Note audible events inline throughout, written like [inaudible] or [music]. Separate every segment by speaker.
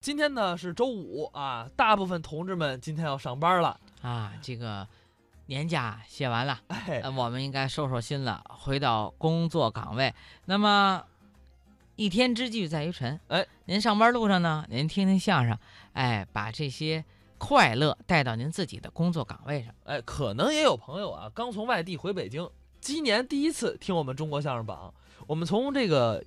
Speaker 1: 今天呢是周五啊，大部分同志们今天要上班了。
Speaker 2: 啊，这个年假歇完了，
Speaker 1: 哎，
Speaker 2: 呃我们应该收收心了，回到工作岗位。那么，一天之计在于晨。
Speaker 1: 哎，
Speaker 2: 您上班路上呢，您听听相声，哎，把这些快乐带到您自己的工作岗位上。
Speaker 1: 哎，可能也有朋友啊，刚从外地回北京，今年第一次听我们中国相声榜。我们从这个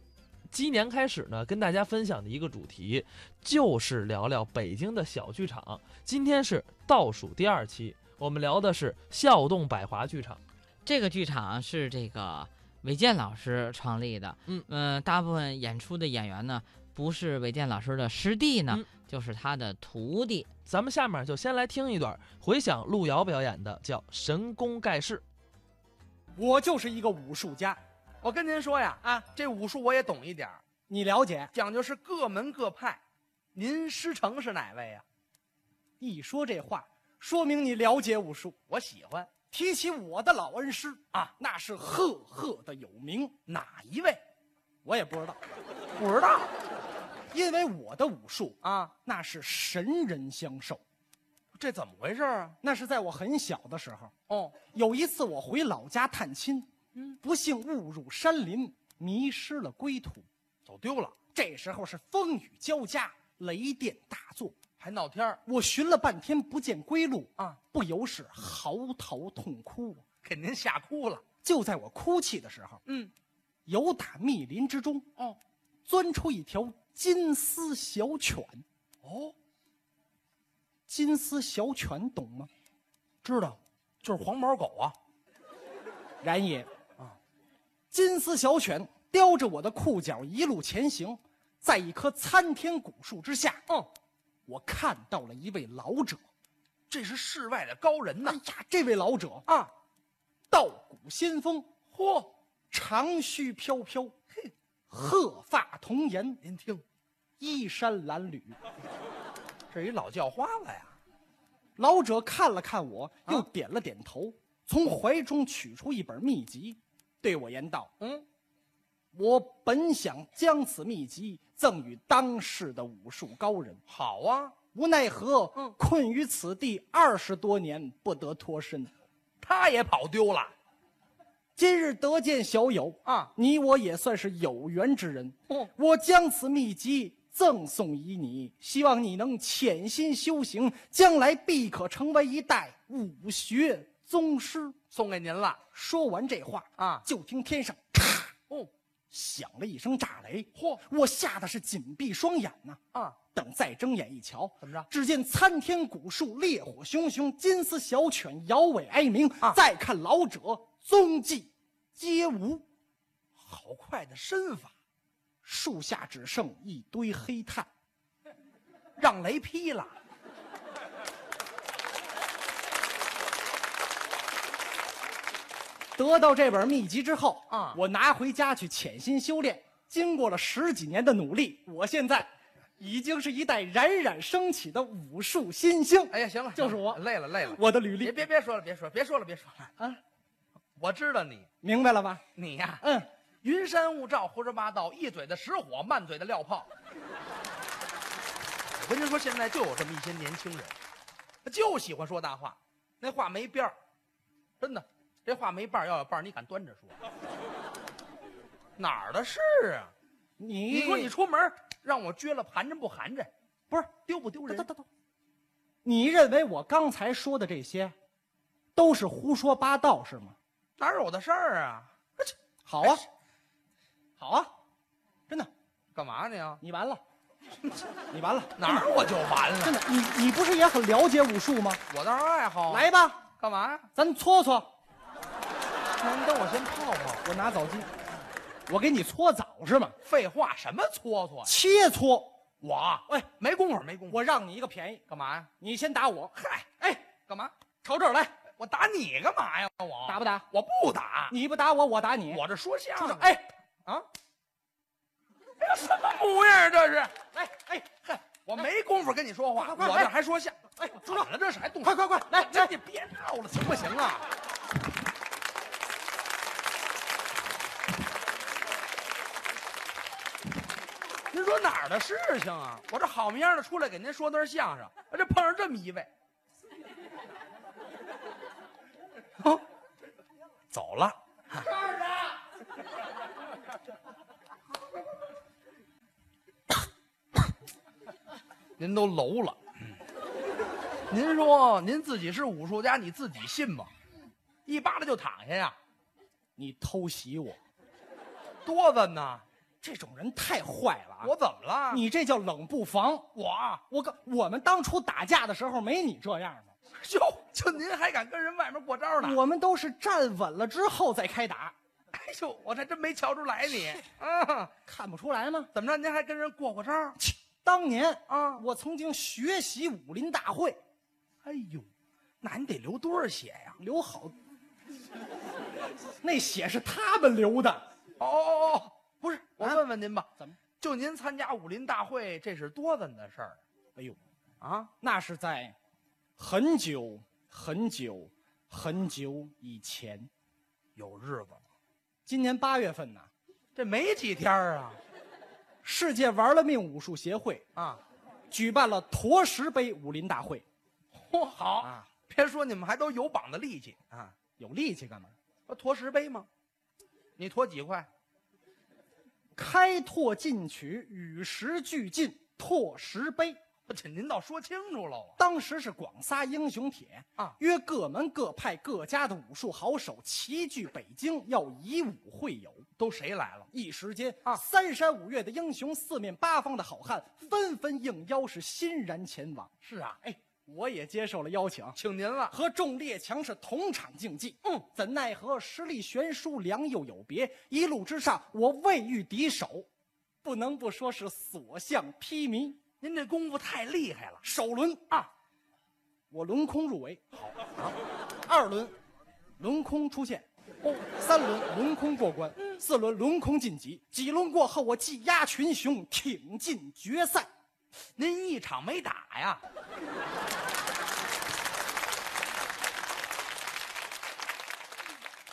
Speaker 1: 今年开始呢，跟大家分享的一个主题就是聊聊北京的小剧场。今天是倒数第二期，我们聊的是孝动百华剧场。
Speaker 2: 这个剧场是这个韦健老师创立的，
Speaker 1: 嗯
Speaker 2: 呃大部分演出的演员呢，不是韦健老师的师弟呢，
Speaker 1: 嗯
Speaker 2: 就是他的徒弟。
Speaker 1: 咱们下面就先来听一段回想路遥表演的，叫《神功盖世》。
Speaker 3: 我就是一个武术家
Speaker 4: 我跟您说呀，
Speaker 3: 啊，
Speaker 4: 这武术我也懂一点儿，
Speaker 3: 你了解？
Speaker 4: 讲究是各门各派。您师承是哪位呀、
Speaker 3: 一说这话，说明你了解武术。
Speaker 4: 我喜欢
Speaker 3: 提起我的老恩师
Speaker 4: 啊，
Speaker 3: 那是赫赫的有名，
Speaker 4: 哪一位？
Speaker 3: 我也不知道，
Speaker 4: 不知道
Speaker 3: 因为我的武术
Speaker 4: 啊，
Speaker 3: 那是神人相授。
Speaker 4: 这怎么回事啊？
Speaker 3: 那是在我很小的时候，
Speaker 4: 哦，
Speaker 3: 有一次我回老家探亲，嗯，不幸误入山林，迷失了归途。
Speaker 4: 走丢了，
Speaker 3: 这时候是风雨交加，雷电大作，
Speaker 4: 还闹天儿，
Speaker 3: 我寻了半天不见归路
Speaker 4: 啊，
Speaker 3: 不由是嚎啕痛哭啊。
Speaker 4: 给您吓哭了。
Speaker 3: 就在我哭泣的时候，
Speaker 4: 嗯，
Speaker 3: 由打密林之中
Speaker 4: 哦
Speaker 3: 钻出一条金丝小犬。
Speaker 4: 哦，
Speaker 3: 金丝小犬懂吗？
Speaker 4: 知道，就是黄毛狗啊。
Speaker 3: 然也，啊，金丝小犬叼着我的裤脚一路前行，在一棵参天古树之下，
Speaker 4: 嗯，
Speaker 3: 我看到了一位老者。
Speaker 4: 这是世外的高人呐
Speaker 3: 哎。呀，这位老者
Speaker 4: 啊，
Speaker 3: 道骨仙风，
Speaker 4: 嚯，
Speaker 3: 长须飘飘，鹤发童颜，
Speaker 4: 您听，
Speaker 3: 衣衫褴褛。
Speaker 4: 这一老叫花子呀。
Speaker 3: 老者看了看我，
Speaker 4: 啊
Speaker 3: 又点了点头，从怀中取出一本秘籍，对我言道
Speaker 4: 嗯，：“
Speaker 3: 我本想将此秘籍赠与当世的武术高人，
Speaker 4: 好啊，
Speaker 3: 无奈何
Speaker 4: 嗯
Speaker 3: 困于此地二十多年，不得脱身。
Speaker 4: 他也跑丢了
Speaker 3: 今日得见小友，
Speaker 4: 啊。
Speaker 3: 你我也算是有缘之人。
Speaker 4: 哦，
Speaker 3: 我将此秘籍赠送于你，希望你能潜心修行，将来必可成为一代武学宗师。”
Speaker 4: 送给您了
Speaker 3: 说完这话
Speaker 4: 啊
Speaker 3: 就听天上嚓
Speaker 4: 哦，
Speaker 3: 响了一声炸雷，
Speaker 4: 嚯
Speaker 3: 我吓得是紧闭双眼呐、
Speaker 4: 啊，
Speaker 3: 等再睁眼一瞧，
Speaker 4: 怎么着
Speaker 3: 只见参天古树烈火熊熊，金丝小犬摇尾哀鸣。
Speaker 4: 啊
Speaker 3: 再看老者踪迹皆无，
Speaker 4: 好快的身法，
Speaker 3: 树下只剩一堆黑炭。
Speaker 4: 让雷劈了。
Speaker 3: 得到这本秘籍之后
Speaker 4: 啊
Speaker 3: 我拿回家去潜心修炼。经过了十几年的努力，我现在已经是一代冉冉升起的武术新星。
Speaker 4: 哎呀，行了，
Speaker 3: 就是我
Speaker 4: 行了累了累了。
Speaker 3: 我的履历
Speaker 4: 别别别说了，别说了，别说了，别说了。
Speaker 3: 啊，
Speaker 4: 我知道你，
Speaker 3: 明白了吧？
Speaker 4: 你呀、
Speaker 3: 嗯，
Speaker 4: 云山雾罩，胡说八道，一嘴的实火，满嘴的撂炮。我跟您说，现在就有这么一些年轻人，他就喜欢说大话，那话没边儿，真的，这话没伴儿，要有伴儿，你敢端着说？哪儿的事啊？
Speaker 3: 你
Speaker 4: 你说你出门让我撅了盘着不寒碜，
Speaker 3: 不是？
Speaker 4: 丢不丢
Speaker 3: 等
Speaker 4: 人
Speaker 3: 等？等等，你认为我刚才说的这些，都是胡说八道是吗？
Speaker 4: 哪有的事儿啊？
Speaker 3: 好啊
Speaker 4: 哎是，
Speaker 3: 好啊，真的，
Speaker 4: 干嘛呢呀？
Speaker 3: 你完
Speaker 4: [laughs]
Speaker 3: 了，你完了，
Speaker 4: 哪儿我就完了
Speaker 3: 真？的，你你不是也很了解武术吗？
Speaker 4: 我倒是爱好。，啊
Speaker 3: 来吧，
Speaker 4: 干嘛呀？
Speaker 3: 咱搓搓。
Speaker 4: 那您等我先泡泡。
Speaker 3: 我拿澡巾，我给你搓澡是吗？
Speaker 4: 废话，什么搓搓呀？
Speaker 3: 切搓，
Speaker 4: 我
Speaker 3: 哎，
Speaker 4: 没工夫，没工夫。
Speaker 3: 我让你一个便宜，
Speaker 4: 干嘛呀？
Speaker 3: 你先打我，
Speaker 4: 嗨，
Speaker 3: 哎，
Speaker 4: 干嘛？
Speaker 3: 朝这儿来，
Speaker 4: 我打你干嘛呀？我
Speaker 3: 打不打？
Speaker 4: 我不打，
Speaker 3: 你不打我，我打你。
Speaker 4: 我这说相
Speaker 3: 住手
Speaker 4: 声。，
Speaker 3: 哎，
Speaker 4: 啊，哎呀，什么模样啊这是？
Speaker 3: 来，哎，嗨，
Speaker 4: 我没工夫跟你说话，
Speaker 3: 快快
Speaker 4: 我这还说相。
Speaker 3: 哎
Speaker 4: 怎么了？这是还动手？
Speaker 3: 快快快，来
Speaker 4: 这
Speaker 3: 来，
Speaker 4: 你别闹了，行不行啊？您说说哪儿的事情啊？我这好面的出来给您说段相声，我这碰上这么一位，哼，走了。 [coughs] 您都楼了，您说您自己是武术家，你自己信吗？一巴掌就躺下呀，
Speaker 3: 你偷袭我，
Speaker 4: 多问呐！
Speaker 3: 这种人太坏了啊！
Speaker 4: 我怎么了？
Speaker 3: 你这叫冷不防。
Speaker 4: 我啊
Speaker 3: 我告我们当初打架的时候没你这样的，
Speaker 4: 就就您还敢跟人外面过招呢？
Speaker 3: 我们都是站稳了之后再开打，
Speaker 4: 哎呦，我还真没瞧出来你啊！
Speaker 3: 看不出来吗？
Speaker 4: 怎么着？您还跟人过过招
Speaker 3: 当年
Speaker 4: 啊？
Speaker 3: 我曾经学习武林大会，
Speaker 4: 哎呦，那你得流多少血呀？
Speaker 3: 留好，那血是他们流的，
Speaker 4: 哦哦哦哦，不是，我
Speaker 3: 啊
Speaker 4: 问问您吧，
Speaker 3: 怎么？
Speaker 4: 就您参加武林大会，这是多咱的事儿
Speaker 3: 哎呦，
Speaker 4: 啊？
Speaker 3: 那是在很久很久很久以前，
Speaker 4: 有日子了，
Speaker 3: 今年八月份呢，
Speaker 4: 这没几天儿啊
Speaker 3: 世界玩了命武术协会
Speaker 4: 啊！
Speaker 3: 举办了驼石杯武林大会
Speaker 4: 嚯，好
Speaker 3: 啊，
Speaker 4: 别说你们还都有膀子力气啊！
Speaker 3: 有力气干嘛？
Speaker 4: 不驮石碑吗？你驮几块？
Speaker 3: 开拓进取，与时俱进，拓石碑。
Speaker 4: 我这您倒说清楚了啊！
Speaker 3: 当时是广撒英雄帖
Speaker 4: 啊
Speaker 3: 约各门各派各家的武术好手齐聚北京，要以武会友。
Speaker 4: 都谁来了？
Speaker 3: 一时间
Speaker 4: 啊
Speaker 3: 三山五岳的英雄，四面八方的好汉纷纷应邀，是欣然前往。
Speaker 4: 是啊，
Speaker 3: 哎，我也接受了邀请，
Speaker 4: 请您了。
Speaker 3: 和众列强是同场竞技。嗯，怎奈何实力悬殊，良莠有别。一路之上，我未遇敌手，不能不说是所向披靡。
Speaker 4: 您这功夫太厉害了，
Speaker 3: 首轮啊，我轮空入围，好二轮轮空出现，哦，三轮轮空过关，四轮轮空晋级，几轮过后我技压群雄，挺进决赛。
Speaker 4: 您一场没打呀？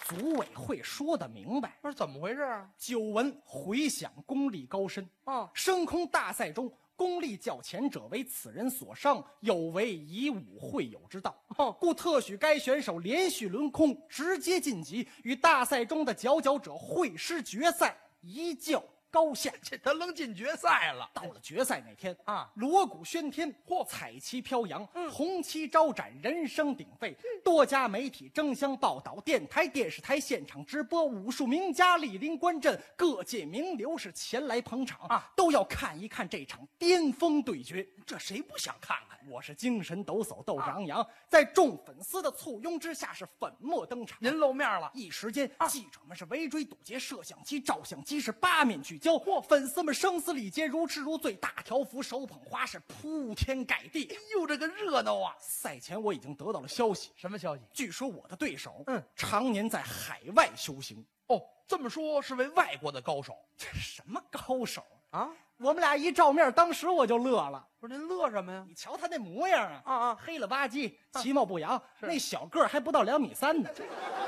Speaker 3: 组委会说的明白，
Speaker 4: 不是怎么回事啊？
Speaker 3: 久闻回响，功力高深。
Speaker 4: 啊，
Speaker 3: 升空大赛中，功力较强者为此人所伤，有违以武会友之道，故特许该选手连续轮空，直接晋级，与大赛中的佼佼者会师决赛，一较高下。
Speaker 4: 这他能进决赛了
Speaker 3: 到了决赛那天
Speaker 4: 啊嗯
Speaker 3: 锣鼓喧天，或彩旗飘扬，红旗招展，人声鼎沸，多家媒体争相报道，电台、电视台现场直播，武术名家莅临观阵，各界名流是前来捧场
Speaker 4: 啊，
Speaker 3: 都要看一看这场巅峰对决。
Speaker 4: 这谁不想看看？
Speaker 3: 我是精神抖擞，
Speaker 4: 啊
Speaker 3: 斗志昂扬，在众粉丝的簇拥之下是粉墨登场。
Speaker 4: 您露面了，
Speaker 3: 一时间，记者们是围追堵截，摄像机、照相机是八面聚焦，粉丝们声嘶力竭，如痴如醉，大条幅、手捧花是铺天盖地
Speaker 4: 哎。呦，这个热闹啊！
Speaker 3: 赛前我已经得到了消息，
Speaker 4: 什么消息？
Speaker 3: 据说我的对手，
Speaker 4: 嗯，
Speaker 3: 常年在海外修行，
Speaker 4: 哦，这么说是位外国的高手
Speaker 3: 这什么高手啊？
Speaker 4: 啊？
Speaker 3: 我们俩一照面，当时我就乐了。
Speaker 4: 不是您乐什么呀？
Speaker 3: 你瞧他那模样啊，
Speaker 4: 啊啊
Speaker 3: 黑了吧唧，其貌不扬，
Speaker 4: 是
Speaker 3: 那小个儿还不到两米三呢，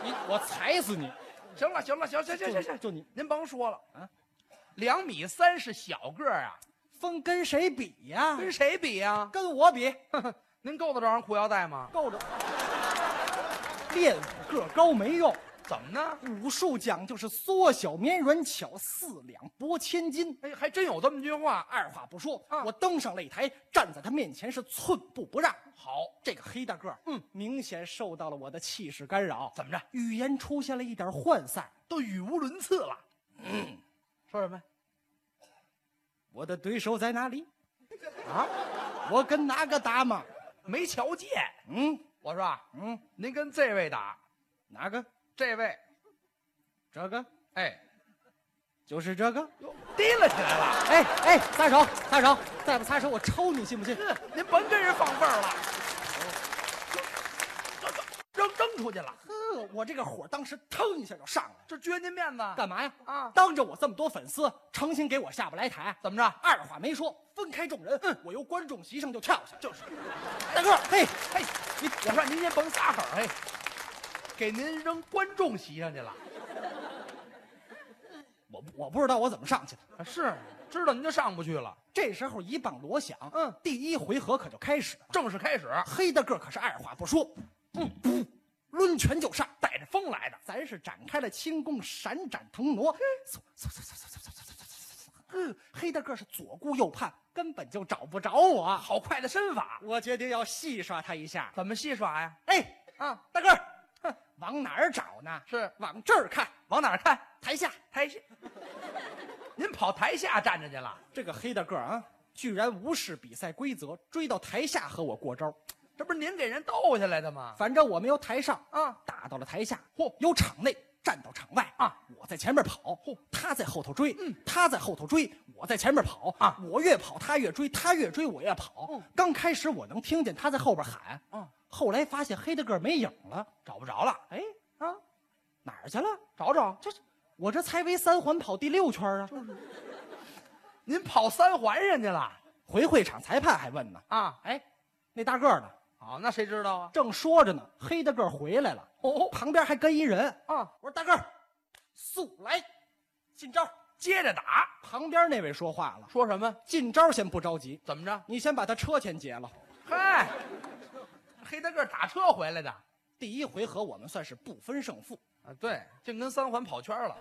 Speaker 3: 你我踩死你！
Speaker 4: 行了，行了，行行行行行，
Speaker 3: 就你
Speaker 4: 您甭说了
Speaker 3: 啊
Speaker 4: 啊，两米三是小个儿啊，
Speaker 3: 风跟谁比呀、
Speaker 4: 跟谁比呀、
Speaker 3: 跟我比，
Speaker 4: 您够得着人裤腰带吗？
Speaker 3: 够着。练武个高没用，
Speaker 4: 怎么呢？
Speaker 3: 武术讲究是缩小绵软巧，四两拨千斤。
Speaker 4: 哎，还真有这么句话。
Speaker 3: 二话不说，
Speaker 4: 啊
Speaker 3: 我登上擂台，站在他面前是寸步不让。
Speaker 4: 好，
Speaker 3: 这个黑大个儿，
Speaker 4: 嗯，
Speaker 3: 明显受到了我的气势干扰，
Speaker 4: 怎么着？
Speaker 3: 语言出现了一点涣散。
Speaker 4: 都语无伦次了。嗯说什么呀？
Speaker 3: 我的对手在哪里？
Speaker 4: 啊？
Speaker 3: 我跟哪个打嘛？
Speaker 4: 没瞧见。
Speaker 3: 嗯
Speaker 4: 我说啊，
Speaker 3: 嗯，
Speaker 4: 您跟这位打，
Speaker 3: 哪个？
Speaker 4: 这位，
Speaker 3: 这个
Speaker 4: 哎，
Speaker 3: 就是这个。
Speaker 4: 哟，提了起来了。
Speaker 3: 哎哎，撒手撒手，再不撒手我抽你，信不信？
Speaker 4: 呵，您甭跟人放味儿了，哦扔扔扔出去了，
Speaker 3: 呵，我这个火当时腾一下就上来了，
Speaker 4: 这撅您面子。
Speaker 3: 干嘛呀？
Speaker 4: 啊
Speaker 3: 当着我这么多粉丝，诚心给我下不来台，
Speaker 4: 怎么着？
Speaker 3: 二话没说，分开众人，嗯，我由观众席上就跳下，就是，大个儿，嘿，
Speaker 4: 嘿，你我说您先甭撒狠儿，嘿，给您扔观众席上去了。
Speaker 3: 我不我不知道我怎么上去的，
Speaker 4: 啊是，知道您就上不去了。
Speaker 3: 这时候一棒锣响，
Speaker 4: 嗯，
Speaker 3: 第一回合可就开始了。
Speaker 4: 正式开始，
Speaker 3: 黑大个可是二话不说，嗯，噗抡拳就上，
Speaker 4: 带着风来的。
Speaker 3: 咱是展开了轻功，闪展腾挪，嗖嗖嗖嗖嗖嗖嗖嗖嗖嗖嗖嗯，黑大个是左顾右盼，根本就找不着我。
Speaker 4: 好快的身法，
Speaker 3: 我决定要戏耍他一下。
Speaker 4: 怎么戏耍呀？
Speaker 3: 哎，
Speaker 4: 啊，
Speaker 3: 大个儿，哼，往哪儿找呢？
Speaker 4: 是
Speaker 3: 往这儿看，
Speaker 4: 往哪儿看？
Speaker 3: 台下。
Speaker 4: 台下，您跑台下站着去了？
Speaker 3: 这个黑大个儿啊，居然无视比赛规则，追到台下和我过招。
Speaker 4: 这不是您给人逗下来的吗？
Speaker 3: 反正我们由台上
Speaker 4: 啊，
Speaker 3: 打到了台下，嚯，由场内站到场外
Speaker 4: 啊，
Speaker 3: 我在前面跑，嚯，他在后头追，嗯，他在后头追，我在前面跑
Speaker 4: 啊
Speaker 3: 我越跑他越追，他越追我越跑。
Speaker 4: 嗯
Speaker 3: 刚开始我能听见他在后边喊，
Speaker 4: 啊，
Speaker 3: 后来发现黑大个儿没影了，
Speaker 4: 找不着了，
Speaker 3: 哎啊，哪儿去了？
Speaker 4: 找找。
Speaker 3: 这我这才围三环跑第六圈啊！
Speaker 4: 您跑三环人去了
Speaker 3: 回会场裁判还问呢，
Speaker 4: 啊？哎，
Speaker 3: 那大个儿呢？
Speaker 4: 好，那谁知道啊？
Speaker 3: 正说着呢，黑大个儿回来了，
Speaker 4: 哦
Speaker 3: 旁边还跟一人。
Speaker 4: 啊，
Speaker 3: 我说大个儿，速来，进招。
Speaker 4: 接着打，
Speaker 3: 旁边那位说话了，
Speaker 4: 说什么？
Speaker 3: 进招先不着急，
Speaker 4: 怎么着？
Speaker 3: 你先把他车先劫了。
Speaker 4: 嗨，黑大个儿打车回来的。
Speaker 3: 第一回合我们算是不分胜负，
Speaker 4: 啊，对，净跟三环跑圈了，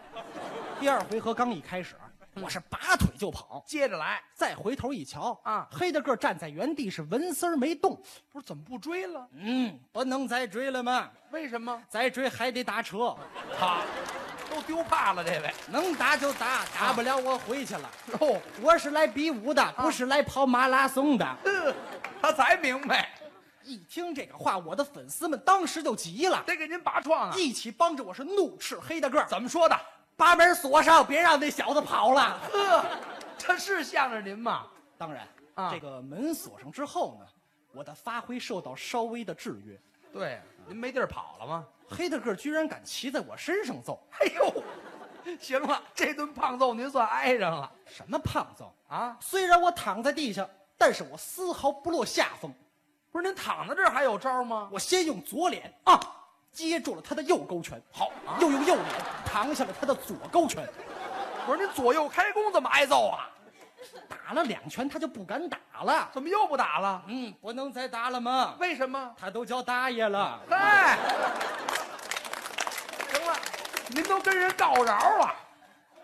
Speaker 3: 第二回合刚一开始，啊我是拔腿就跑，
Speaker 4: 接着来。
Speaker 3: 再回头一瞧
Speaker 4: 啊
Speaker 3: 黑大个儿站在原地是纹丝儿没动。
Speaker 4: 不是怎么不追了？
Speaker 3: 嗯，不能再追了嘛，
Speaker 4: 为什么？
Speaker 3: 再追还得打车，
Speaker 4: 他都丢怕了，这位。哦
Speaker 3: 能打就打，打不了我回去了。
Speaker 4: 哟、
Speaker 3: 我是来比武的，不是来跑马拉松的。
Speaker 4: 呵呃他才明白，
Speaker 3: 一听这个话，我的粉丝们当时就急了，
Speaker 4: 得给您拔创啊！
Speaker 3: 一起帮着我是怒斥黑大个儿。
Speaker 4: 怎么说的？
Speaker 3: 把门锁上，别让那小子跑了。
Speaker 4: 呵，这是向着您吗？
Speaker 3: [laughs] 当然，
Speaker 4: 啊
Speaker 3: 这个门锁上之后呢，我的发挥受到稍微的制约。
Speaker 4: 对，您没地儿跑了吗？
Speaker 3: 黑大个儿居然敢骑在我身上揍，
Speaker 4: 哎呦，行了，这顿胖揍您算挨上了
Speaker 3: 什么胖揍？
Speaker 4: 啊！
Speaker 3: 虽然我躺在地下，但是我丝毫不落下风。
Speaker 4: 不是您躺在这儿还有招吗？
Speaker 3: 我先用左脸啊接住了他的右勾拳，
Speaker 4: 好啊，
Speaker 3: 又用右脸扛下了他的左勾拳，
Speaker 4: 不是您左右开弓怎么挨揍啊？
Speaker 3: 打了两拳他就不敢打了。
Speaker 4: 怎么又不打了？
Speaker 3: 嗯，不能再打了吗？
Speaker 4: 为什么？
Speaker 3: 他都叫大爷了。
Speaker 4: 哎，行了，您都跟人告饶了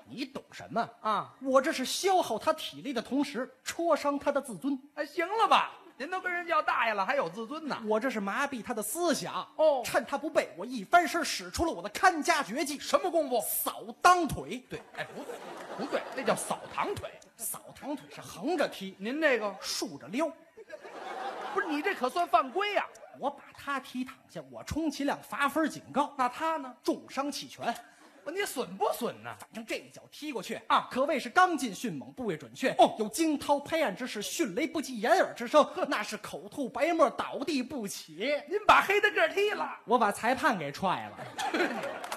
Speaker 3: 你懂什么？
Speaker 4: 啊？
Speaker 3: 我这是消耗他体力的同时，戳伤他的自尊；
Speaker 4: 哎，行了吧？您都跟人叫大爷了，还有自尊呢？
Speaker 3: 我这是麻痹他的思想。
Speaker 4: 哦
Speaker 3: 趁他不备，我一翻身使出了我的看家绝技——
Speaker 4: 什么功夫？
Speaker 3: 扫裆腿。
Speaker 4: 对，哎，不对，不对，那叫扫堂腿。
Speaker 3: 扫堂腿是横着踢，
Speaker 4: 您这个
Speaker 3: 竖着撩。
Speaker 4: 不是你这可算犯规呀、
Speaker 3: 我把他踢躺下，我充其量罚分警告。那他呢？重伤弃权。
Speaker 4: 不你损不损呢、
Speaker 3: 反正这一脚踢过去
Speaker 4: 啊
Speaker 3: 可谓是刚劲迅猛，部位准确。哦，有惊涛拍岸之势，迅雷不及掩耳之声。那是口吐白沫，倒地不起。
Speaker 4: 您把黑的个儿踢了，
Speaker 3: 我把裁判给踹了。